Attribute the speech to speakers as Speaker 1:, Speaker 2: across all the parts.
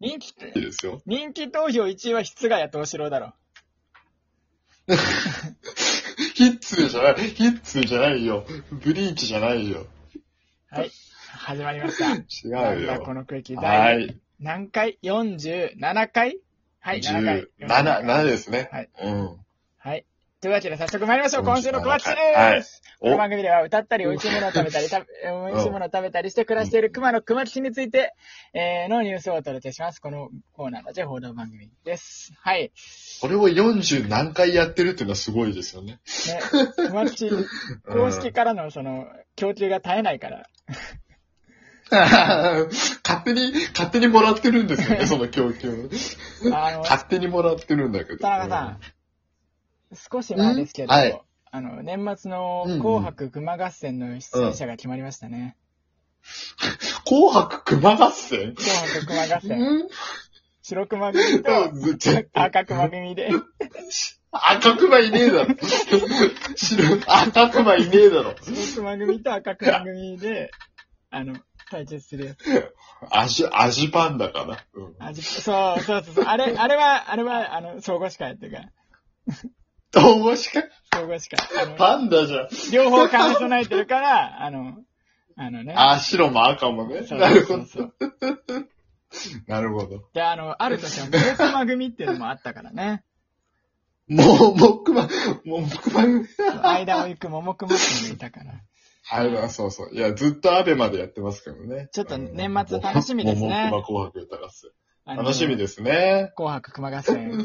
Speaker 1: 人気、
Speaker 2: いいですよ。
Speaker 1: 人気投票1位は室ヶ谷東四郎だろ。
Speaker 2: ヒッツーじゃない、ヒッツーじゃないよ。ブリーチじゃないよ。
Speaker 1: はい。始まりました。
Speaker 2: 違
Speaker 1: なん
Speaker 2: う
Speaker 1: だ
Speaker 2: よ
Speaker 1: こ。の空気。
Speaker 2: は
Speaker 1: 第
Speaker 2: い。
Speaker 1: 何回 ?47 回はい、7回
Speaker 2: 10。7、7ですね。
Speaker 1: はい
Speaker 2: うん。
Speaker 1: はい。というわけで早速参りましょう。今週のコアチです、
Speaker 2: はい
Speaker 1: この
Speaker 2: お、
Speaker 1: 番組では歌ったり、美味しいものを食べたり、 食べ美味しいものを食べたりして暮らしている熊の熊吉について、えー、のニュースをお届けします。このコーナーたちは報道番組です。はい。
Speaker 2: これを40何回やってるっていうのはすごいですよね。
Speaker 1: ね、熊吉、公式からのその、供給が絶えないから。
Speaker 2: 勝手に、勝手にもらってるんですよね、その供給。
Speaker 1: あの、
Speaker 2: 勝手にもらってるんだけど。
Speaker 1: 田中さん、少し前ですけど、
Speaker 2: うんはい
Speaker 1: あの、年末の紅白熊合戦の出演者が決まりましたね。
Speaker 2: 紅白熊合戦
Speaker 1: 紅白熊合戦。
Speaker 2: うん
Speaker 1: 白熊組と赤熊組で。
Speaker 2: 赤熊いねえだろ。白、赤熊いねえだろ。
Speaker 1: 白熊組と赤熊組で、あの、対決するやつ。
Speaker 2: 味、味パンだから。うん
Speaker 1: あ、じそうそうそうそう。あれ、あれは、あれは、あの、総合司会やってるから。
Speaker 2: どうしか、
Speaker 1: 総合司会。あの、
Speaker 2: パンダじゃん。
Speaker 1: 両方兼ね備えてるから、あの、あのね。
Speaker 2: あ、白も赤もね。
Speaker 1: そう
Speaker 2: なる
Speaker 1: そ
Speaker 2: ほ
Speaker 1: うそ
Speaker 2: ど。
Speaker 1: う。
Speaker 2: なるほど。
Speaker 1: で、あの、ある年は、白熊組っていうのもあったからね。
Speaker 2: もう、もう熊、もう熊組。
Speaker 1: 間を行く桃熊っていうのもいたから。
Speaker 2: はい、まあそうそう。いや、ずっとアベまでやってますからね。
Speaker 1: ちょっと年末楽しみですね
Speaker 2: もうもう熊紅白歌合戦。
Speaker 1: あの
Speaker 2: 楽しみですね。
Speaker 1: 紅白熊合 戦。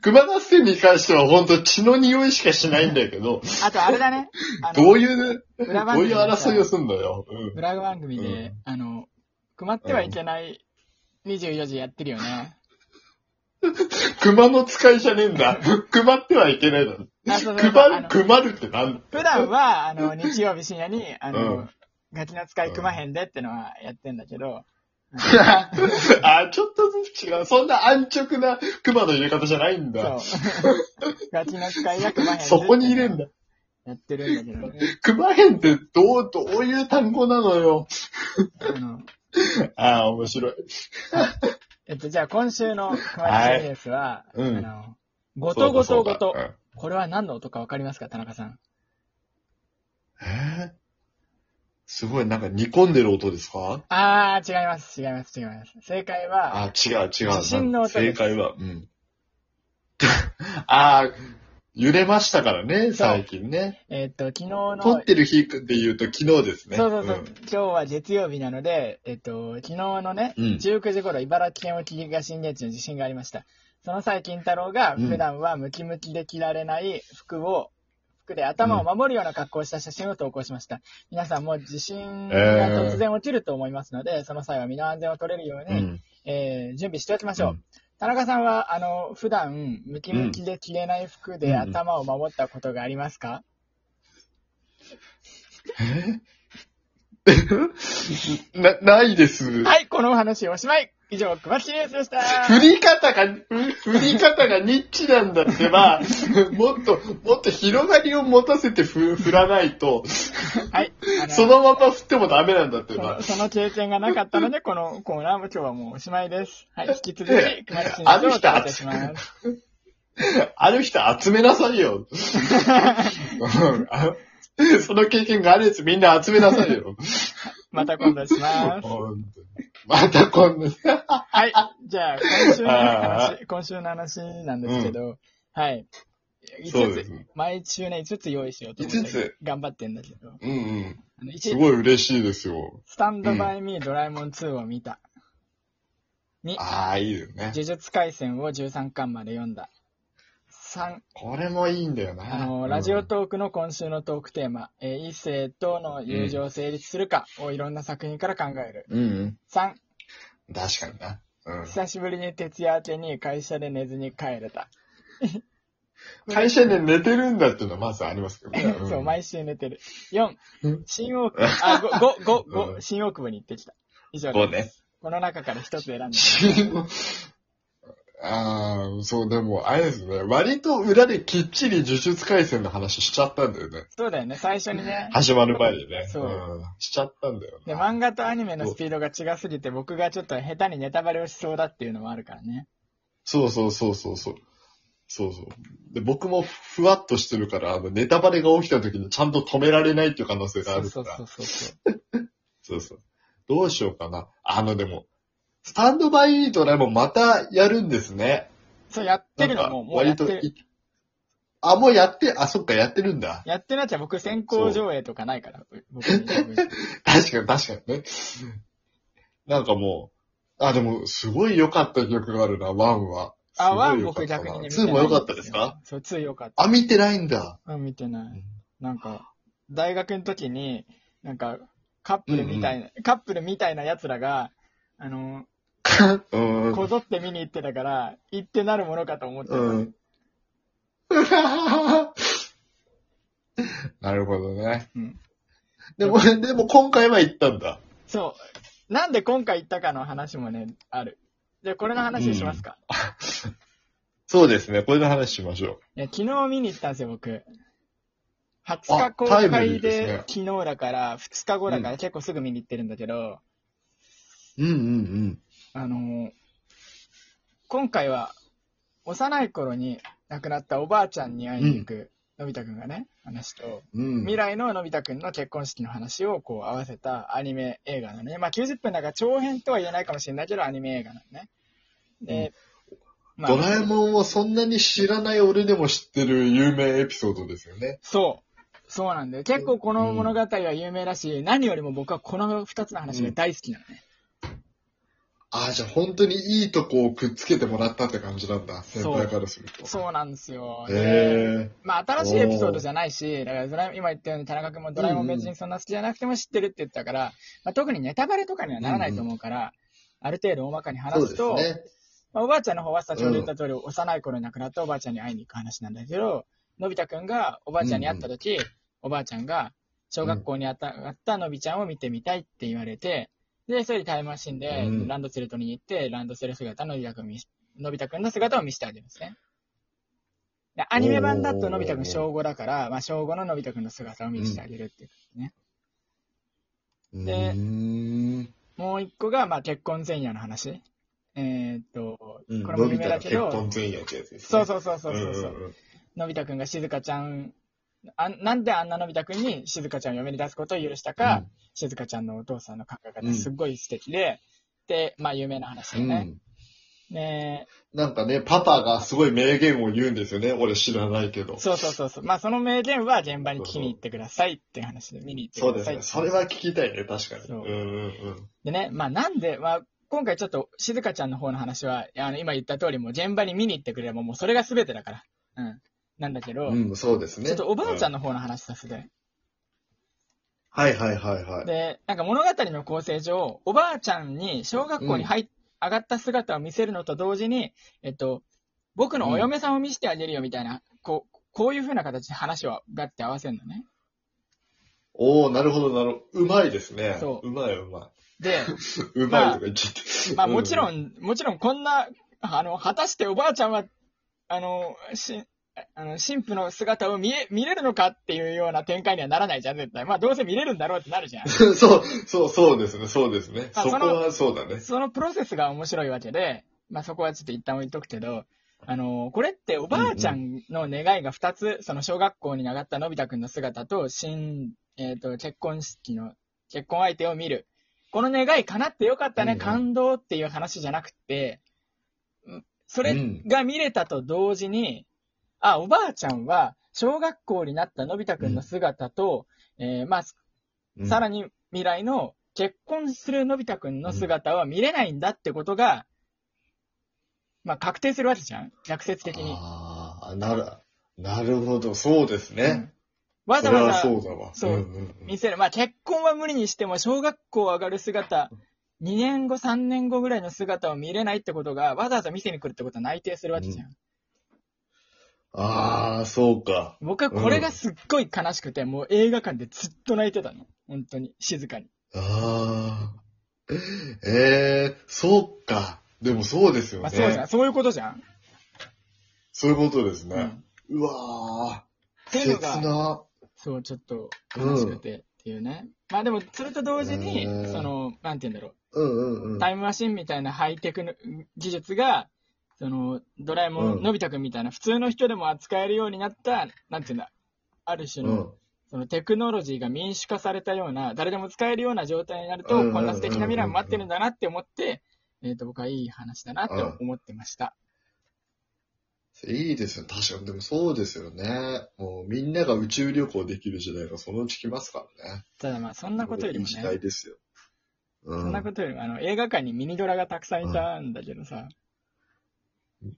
Speaker 2: 熊合戦に関しては本当血の匂いしかしないんだけど、
Speaker 1: あと、あれだね。あの
Speaker 2: どういう、
Speaker 1: 裏
Speaker 2: ど
Speaker 1: 番
Speaker 2: う
Speaker 1: 組
Speaker 2: いう
Speaker 1: で
Speaker 2: 争いをすんのよ。うん
Speaker 1: 裏番組で、
Speaker 2: うん
Speaker 1: あの、困ってはいけない24時やってるよね。
Speaker 2: 熊の使いじゃねえんだ。熊ってはいけないだろ。
Speaker 1: あそうそうそうあ
Speaker 2: 熊、
Speaker 1: の
Speaker 2: 熊るってなん
Speaker 1: 普段は、あの、日曜日深夜に、あの、
Speaker 2: うん
Speaker 1: ガキの使い熊編でってのはやってんだけど、
Speaker 2: だ あ、ちょっとずつ違う。そんな安直な熊の入れ方じゃないんだ。
Speaker 1: そう。ガキの使いが熊編で。
Speaker 2: そこに入れんだ。。
Speaker 1: やってるんだけどね。
Speaker 2: 熊編ってどう、どういう単語なのよ。
Speaker 1: あの、
Speaker 2: ああ、面白い。
Speaker 1: えっと、じゃあ今週の熊吉ニュースは、
Speaker 2: はいうん
Speaker 1: あの、ごとごとご
Speaker 2: そう
Speaker 1: と
Speaker 2: だ。そうだうん
Speaker 1: これは何の音かわかりますか、田中さん。
Speaker 2: えーすごい、なんか煮込んでる音ですか
Speaker 1: あー、違います、違います、違います。正解は、
Speaker 2: あ、違う違う。
Speaker 1: 地震の音です
Speaker 2: 正解は、うん。 ああ、揺れましたからね、最近ね。
Speaker 1: えっと、昨日の、
Speaker 2: 撮ってる日で言うと昨日ですね。
Speaker 1: そうそうそう、
Speaker 2: ん
Speaker 1: 今日は月曜日なので、えっと、昨日のね、
Speaker 2: うん
Speaker 1: 19時頃、茨城県沖東震源地の地震がありました。その際、金太郎が、
Speaker 2: うん
Speaker 1: 普段はムキムキで着られない服を、服で頭を守るような格好をした写真を投稿しました。皆さんも地震が突然起きると思いますので、その際は身の安全を取れるよう
Speaker 2: う
Speaker 1: に、
Speaker 2: ん。
Speaker 1: えー準備しておきましょう。
Speaker 2: うん
Speaker 1: 田中さんは、あの、普段、ムキムキで着れない服
Speaker 2: うん
Speaker 1: で
Speaker 2: うん
Speaker 1: 頭を守ったことがありますか、
Speaker 2: な、ないです。
Speaker 1: はい、このお話おしまい以上、熊木ニュースで した
Speaker 2: 振り方が、ふ振り方がニッチなんだってば、もっと、もっと広がりを持たせてふ振らないと、
Speaker 1: はい。あ
Speaker 2: そのまま振ってもダメなんだって
Speaker 1: そ
Speaker 2: ば
Speaker 1: の。その経験がなかったので、このコーナーも今日はもうおしまいです。はい、引き続き、熊木ニュースをお届けします。
Speaker 2: ある人集めなさいよ。うんあその経験があるやつみんな集めなさいよ。
Speaker 1: また今度し ます。
Speaker 2: またこんな。
Speaker 1: はい。じゃあ、今週の
Speaker 2: あ
Speaker 1: 話、今週の話なんですけど、はい。
Speaker 2: そう
Speaker 1: 5
Speaker 2: で
Speaker 1: つ
Speaker 2: すね、
Speaker 1: 毎週ね、5つ用意しようと思って。
Speaker 2: 五つ
Speaker 1: 頑張ってんだけど。
Speaker 2: うんうん。
Speaker 1: あの
Speaker 2: す
Speaker 1: 1、
Speaker 2: ごい嬉しいですよ。
Speaker 1: スタンドバイミードラえもん2を見た。2、
Speaker 2: ああ、いいよね。
Speaker 1: 呪術廻戦を13巻まで読んだ。3、
Speaker 2: これもいいんだよな。
Speaker 1: あの、ラジオトークの今週のトークテーマ、えー異性との友情を成立するかをいろんな作品から考える。
Speaker 2: うんうん。
Speaker 1: 3、
Speaker 2: 確かにな。うん。
Speaker 1: 久しぶりに徹夜明けに会社で寝ずに帰れた。
Speaker 2: 会社で寝てるんだっていうのはまずありますけどね。
Speaker 1: そう、
Speaker 2: 前
Speaker 1: 毎週寝てる。4
Speaker 2: うん、
Speaker 1: 新大久保、あ、5、5、5、
Speaker 2: うん
Speaker 1: 新大久保に行ってきた。以上
Speaker 2: こ
Speaker 1: で
Speaker 2: うね。
Speaker 1: この中から一つ選んだ。
Speaker 2: 新 ああ、そう、でも、あれですね。割と裏できっちり呪術回戦の話しちゃったんだよね。
Speaker 1: そうだよね、最初にね。
Speaker 2: 始まる前にね。。
Speaker 1: そうん
Speaker 2: しちゃったんだよ
Speaker 1: で、
Speaker 2: ね。
Speaker 1: 漫画とアニメのスピードが違すぎて、僕がちょっと下手にネタバレをしそうだっていうのもあるからね。
Speaker 2: そうそうそうそうそう。そうそう。で、僕もふわっとしてるから、あの、ネタバレが起きた時にちゃんと止められないっていう可能性があ
Speaker 1: そう
Speaker 2: るか
Speaker 1: そう
Speaker 2: ら。
Speaker 1: そうそう。
Speaker 2: そうそう。どうしようかな。あの、でも、スタンドバイドラもまたやるんですね。
Speaker 1: そう、やってる
Speaker 2: なん
Speaker 1: の
Speaker 2: か
Speaker 1: もう、もうやって
Speaker 2: 割と
Speaker 1: る。
Speaker 2: い、あ、もうやって、あ、そっか、やってるんだ。
Speaker 1: やってるやつは僕先行上映とかないから、僕に多分
Speaker 2: 確かに、確かにね。なんかもう、あ、でも、すごい良かった曲があるな、ワンは。
Speaker 1: あ、ワン
Speaker 2: すごい良か
Speaker 1: 僕
Speaker 2: ったな
Speaker 1: 逆にね、見て
Speaker 2: ツー
Speaker 1: ない
Speaker 2: も良かったですか
Speaker 1: そう、ツー良かった。
Speaker 2: あ、見てないん だ。
Speaker 1: あ、見てな
Speaker 2: うん
Speaker 1: い。なんか、大学の時に、なんか、カップルみたいな、カップルみたいな奴らが、あの、
Speaker 2: うん。
Speaker 1: こぞって見に行ってたから、行ってなるものかと思ってた。
Speaker 2: うん。なるほどね。
Speaker 1: うん
Speaker 2: でも、でも今回は行ったんだ。
Speaker 1: そう。なんで今回行ったかの話もね、ある。じゃあこれの話しますか。
Speaker 2: そうですね。これの話しましょ
Speaker 1: いや昨日見に行ったんですよ、僕。20日
Speaker 2: あ
Speaker 1: 公
Speaker 2: タイムリ
Speaker 1: 開
Speaker 2: ーです
Speaker 1: で
Speaker 2: ね
Speaker 1: 昨日だから、2日後だから結構すぐ見に行ってるんだけど、
Speaker 2: う。うんうん
Speaker 1: あのー今回は、幼い頃に亡くなったおばあちゃんに会いに行く、のび太くんがね、話と、
Speaker 2: うん。うん。
Speaker 1: 未来ののび太くんの結婚式の話をこう合わせたアニメ映画なのね。まあ90分だから長編とは言えないかもしれないけど、アニメ映画なのね。で、まあ
Speaker 2: ドラえもんをそんなに知らない俺でも知ってる有名エピソードですよね。
Speaker 1: そう。そうなんだよ。結構この物語は有名だし、何よりも僕はこの二つの話が大好きなのね。
Speaker 2: ああ、じゃあ本当にいいとこをくっつけてもらったって感じなんだ。先輩からすると。
Speaker 1: そうなんですよ。で
Speaker 2: へえ。
Speaker 1: まあ新しいエピソードじゃないし、だからドラえ今言ったように田中君もドラえもん別にそんな好きじゃなくても知ってるって言ったから、まあ、特にネタバレとかにはならないと思うから、ある程度大まかに
Speaker 2: そ
Speaker 1: 話
Speaker 2: う
Speaker 1: す
Speaker 2: です
Speaker 1: と、
Speaker 2: ね。
Speaker 1: まあ、おばあちゃんの方は先ほど言った通り、幼い頃に亡くなったおばあちゃんに会いに行く話なんだけど、のび太くんがおばあちゃんに会った時、おばあちゃんが小学校にあった,、あったのびちゃんを見てみたいって言われて、で、それでタイムマシンで
Speaker 2: うん
Speaker 1: ランドセル取りに行って、ランドセル姿ののび太くん見しのび太くんの姿を見せてあげるんですね。でアニメ版だとのび太くん小5だから、まあ小5ののび太くんの姿を見せてあげるっていう。
Speaker 2: う
Speaker 1: で
Speaker 2: ーん。
Speaker 1: もう一個が、まあ結婚前夜の話。えーっと、
Speaker 2: うん
Speaker 1: これも
Speaker 2: の
Speaker 1: 有
Speaker 2: び
Speaker 1: 名
Speaker 2: 太
Speaker 1: だ
Speaker 2: が
Speaker 1: け
Speaker 2: 結
Speaker 1: ど
Speaker 2: 婚、前夜ってやつです
Speaker 1: そう
Speaker 2: う
Speaker 1: そうそうそうそうそう。
Speaker 2: んんん
Speaker 1: のび太くんが静香ちゃん、あなんであんなのび太くんに静香ちゃんを嫁に出すことを許したか、静香ちゃんのお父さんの考え
Speaker 2: う
Speaker 1: 方
Speaker 2: ん
Speaker 1: すっごい素敵で、で、まあ有名な話だ
Speaker 2: う
Speaker 1: よ
Speaker 2: ん
Speaker 1: ね。ね
Speaker 2: なんかね、パパがすごい名言を言うんですよね。俺知らないけど。
Speaker 1: そうそうそうそう。まあその名言は現場に聞きに行ってくださいっていう話で見に行って
Speaker 2: そう
Speaker 1: く
Speaker 2: で
Speaker 1: だ
Speaker 2: す
Speaker 1: さい
Speaker 2: ね。
Speaker 1: って
Speaker 2: それは聞きたいね、確かに。う
Speaker 1: そうん
Speaker 2: うん
Speaker 1: でね、まあなんで、まあ今回ちょっと静香ちゃんの方の話は、あの今言った通りもう現場に見に行ってくれればもうそれが全てだから。うん。なんだけど、
Speaker 2: うん。うん、そうですね。
Speaker 1: ちょっとおばあちゃん
Speaker 2: う
Speaker 1: の方の話させて。
Speaker 2: はいはいはいはい。
Speaker 1: で、なんか物語の構成上、おばあちゃんに小学校に入っ、上がった姿を見せるのと同時に、えっと、僕のお嫁さんを見せてあげるよみたいな、こう、こういう風な形で話をガッて合わせるのね。
Speaker 2: おー、なるほどなるほど。うまいですね。
Speaker 1: そう
Speaker 2: うまいうま
Speaker 1: で、
Speaker 2: い。うまいとか言っちゃって。
Speaker 1: まあもちろ、
Speaker 2: うん
Speaker 1: もちろんこんな、あの、果たしておばあちゃんは、あの、し、あの、神父の姿を見え、見れるのかっていうような展開にはならないじゃん、絶対。まあどうせ見れるんだろうってなるじゃん。
Speaker 2: ん、 そう、そう、そうですね、そうですね。
Speaker 1: あ
Speaker 2: そこ
Speaker 1: その
Speaker 2: はそうだね。
Speaker 1: そのプロセスが面白いわけで、まあ、そこはちょっと一旦置いとくけど、あのこれっておばあちゃんの願いが2つ、その小学校に上がったのび太くんの姿と新、えー、と結婚式の結婚相手を見る。この願い叶ってよかったね、
Speaker 2: うんうん
Speaker 1: 感動っていう話じゃなくて、うんそれ
Speaker 2: うん
Speaker 1: が見れたと同時に、あ、おばあちゃんは小学校になったのび太くんの姿と、えーまあ、
Speaker 2: うん
Speaker 1: さらに未来の結婚するのび太くんの姿は見れないんだってことが、まあ確定するわけじゃん逆説的に。
Speaker 2: ああ、なる、なるほど、そうですね。
Speaker 1: わざわ
Speaker 2: それ
Speaker 1: ざ
Speaker 2: はそうだわ。
Speaker 1: そうん
Speaker 2: んん
Speaker 1: 見せる。まあ結婚は無理にしても小学校上がる姿、2年後、3年後ぐらいの姿を見れないってことが、わざわざ見せに来るってことは内定するわけじゃん。
Speaker 2: ああ、そうか。
Speaker 1: 僕はこれがすっごい悲しくて、もう映画館でずっと泣いてたの。本当に、静かに。
Speaker 2: ああ。ええそうか。でもそうですよ
Speaker 1: ま
Speaker 2: ね。
Speaker 1: あ、そうじゃん、そういうことじゃん。
Speaker 2: そういうことです
Speaker 1: うん、っ
Speaker 2: ね。うわー。
Speaker 1: ていうの
Speaker 2: 切
Speaker 1: が、
Speaker 2: な。
Speaker 1: そう、ちょっと悲しくてっていうね。まあでも、それと同時に
Speaker 2: う、ん
Speaker 1: その、なんて言うんだろ
Speaker 2: うんうんう
Speaker 1: う、
Speaker 2: ん。
Speaker 1: タイムマシンみたいなハイテクの技術が、その、ドラえもん、
Speaker 2: うん
Speaker 1: のび太くんみたいな、普通の人でも扱えるようになった、なんて言うんだ、ある種の、
Speaker 2: うん。
Speaker 1: そのテクノロジーが民主化されたような、誰でも使えるような状態になると、
Speaker 2: うんうんうんうん
Speaker 1: こんな素敵な未来も待ってるんだなって思って、えっ、と、僕はいい話だなって思ってました。
Speaker 2: いいですよ。確かに。でもそうですよね。もうみんなが宇宙旅行できる時代がそのうち来ますからね。
Speaker 1: ただまあ、そんなことよりも
Speaker 2: いい時
Speaker 1: ね、
Speaker 2: 代ですよ。う
Speaker 1: そんなんこ。とよりも、あの、映画館にミニドラがたくさんいたんだけど さ、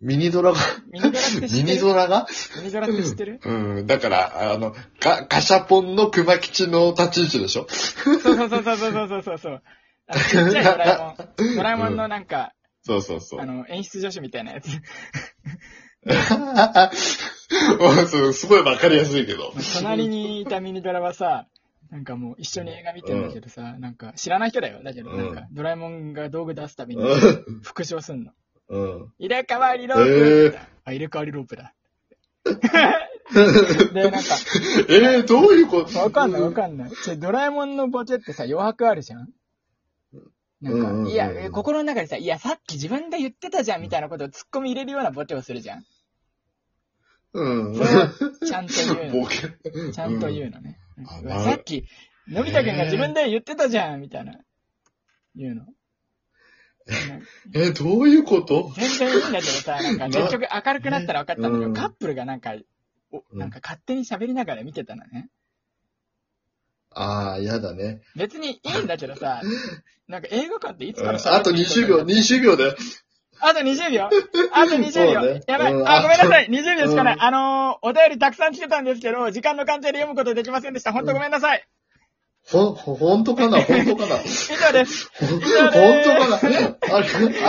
Speaker 2: ミニド ラが、
Speaker 1: ミニドラって知
Speaker 2: ミ
Speaker 1: って
Speaker 2: ニ
Speaker 1: る
Speaker 2: ドラが
Speaker 1: ミニドラって知ってる
Speaker 2: うん。だから、あの、ガ、ガシャポンの熊吉の立ち位置でしょ
Speaker 1: そうそうそうそうそうそうそうそう。あの、ちっちゃいドラえもん。ドラえもんのなんか、
Speaker 2: そうそうそう
Speaker 1: あ。の、演出女子みたいなやつ。
Speaker 2: そうすごいわかりやすいけど。
Speaker 1: 隣にいたミニドラはさ、なんかもう一緒に映画見てんだけどさ、なんか知らない人だよ。だけどなんか、ドラえもんが道具出すたびに復唱すんの。
Speaker 2: うん。
Speaker 1: 入れ替わりロープ、あ、入れ替わりロープ だ。で、なんか、
Speaker 2: えー、どういうこと
Speaker 1: わかんないわ
Speaker 2: ん
Speaker 1: かんない。ちょドラえもんのボケってさ、余白あるじゃんなんか、
Speaker 2: うんうんうんうん
Speaker 1: いや、え心の中でさ、いや、さっき自分で言ってたじゃんみたいなことを突っ込み入れるようなボケをするじゃん。
Speaker 2: うん。
Speaker 1: それはちゃんと言うの。
Speaker 2: ボケ。
Speaker 1: ちゃんと言うのね。
Speaker 2: あ
Speaker 1: うん
Speaker 2: なる
Speaker 1: さっき、のび太くんが自分で言ってたじゃんみたいな。言うの。
Speaker 2: えー、どういうこと
Speaker 1: 全然いいんだけどさ、なんか
Speaker 2: な
Speaker 1: 結局明るくなったら分かったんだけど、
Speaker 2: うん
Speaker 1: カップルがなんか、お
Speaker 2: うん
Speaker 1: なんか勝手に喋りながら見てたのね。
Speaker 2: ああ、やだね。
Speaker 1: 別にいいんだけどさ、なんか映画館っていつから喋って
Speaker 2: あと
Speaker 1: ることに
Speaker 2: 20
Speaker 1: な
Speaker 2: 秒、
Speaker 1: る
Speaker 2: 20秒で。
Speaker 1: あと20秒あと20秒、
Speaker 2: そうね
Speaker 1: やばい、
Speaker 2: うん
Speaker 1: あ、ごめんなさい !20 秒しかない、
Speaker 2: うん
Speaker 1: あのーお便りたくさん来てたんですけど、時間の関係で読むことできませんでした。本当ごめんなさい、
Speaker 2: ほ、ほ、ほんとかなほんとかなほん
Speaker 1: 以上です以
Speaker 2: と
Speaker 1: 上です
Speaker 2: かなあれ、あれ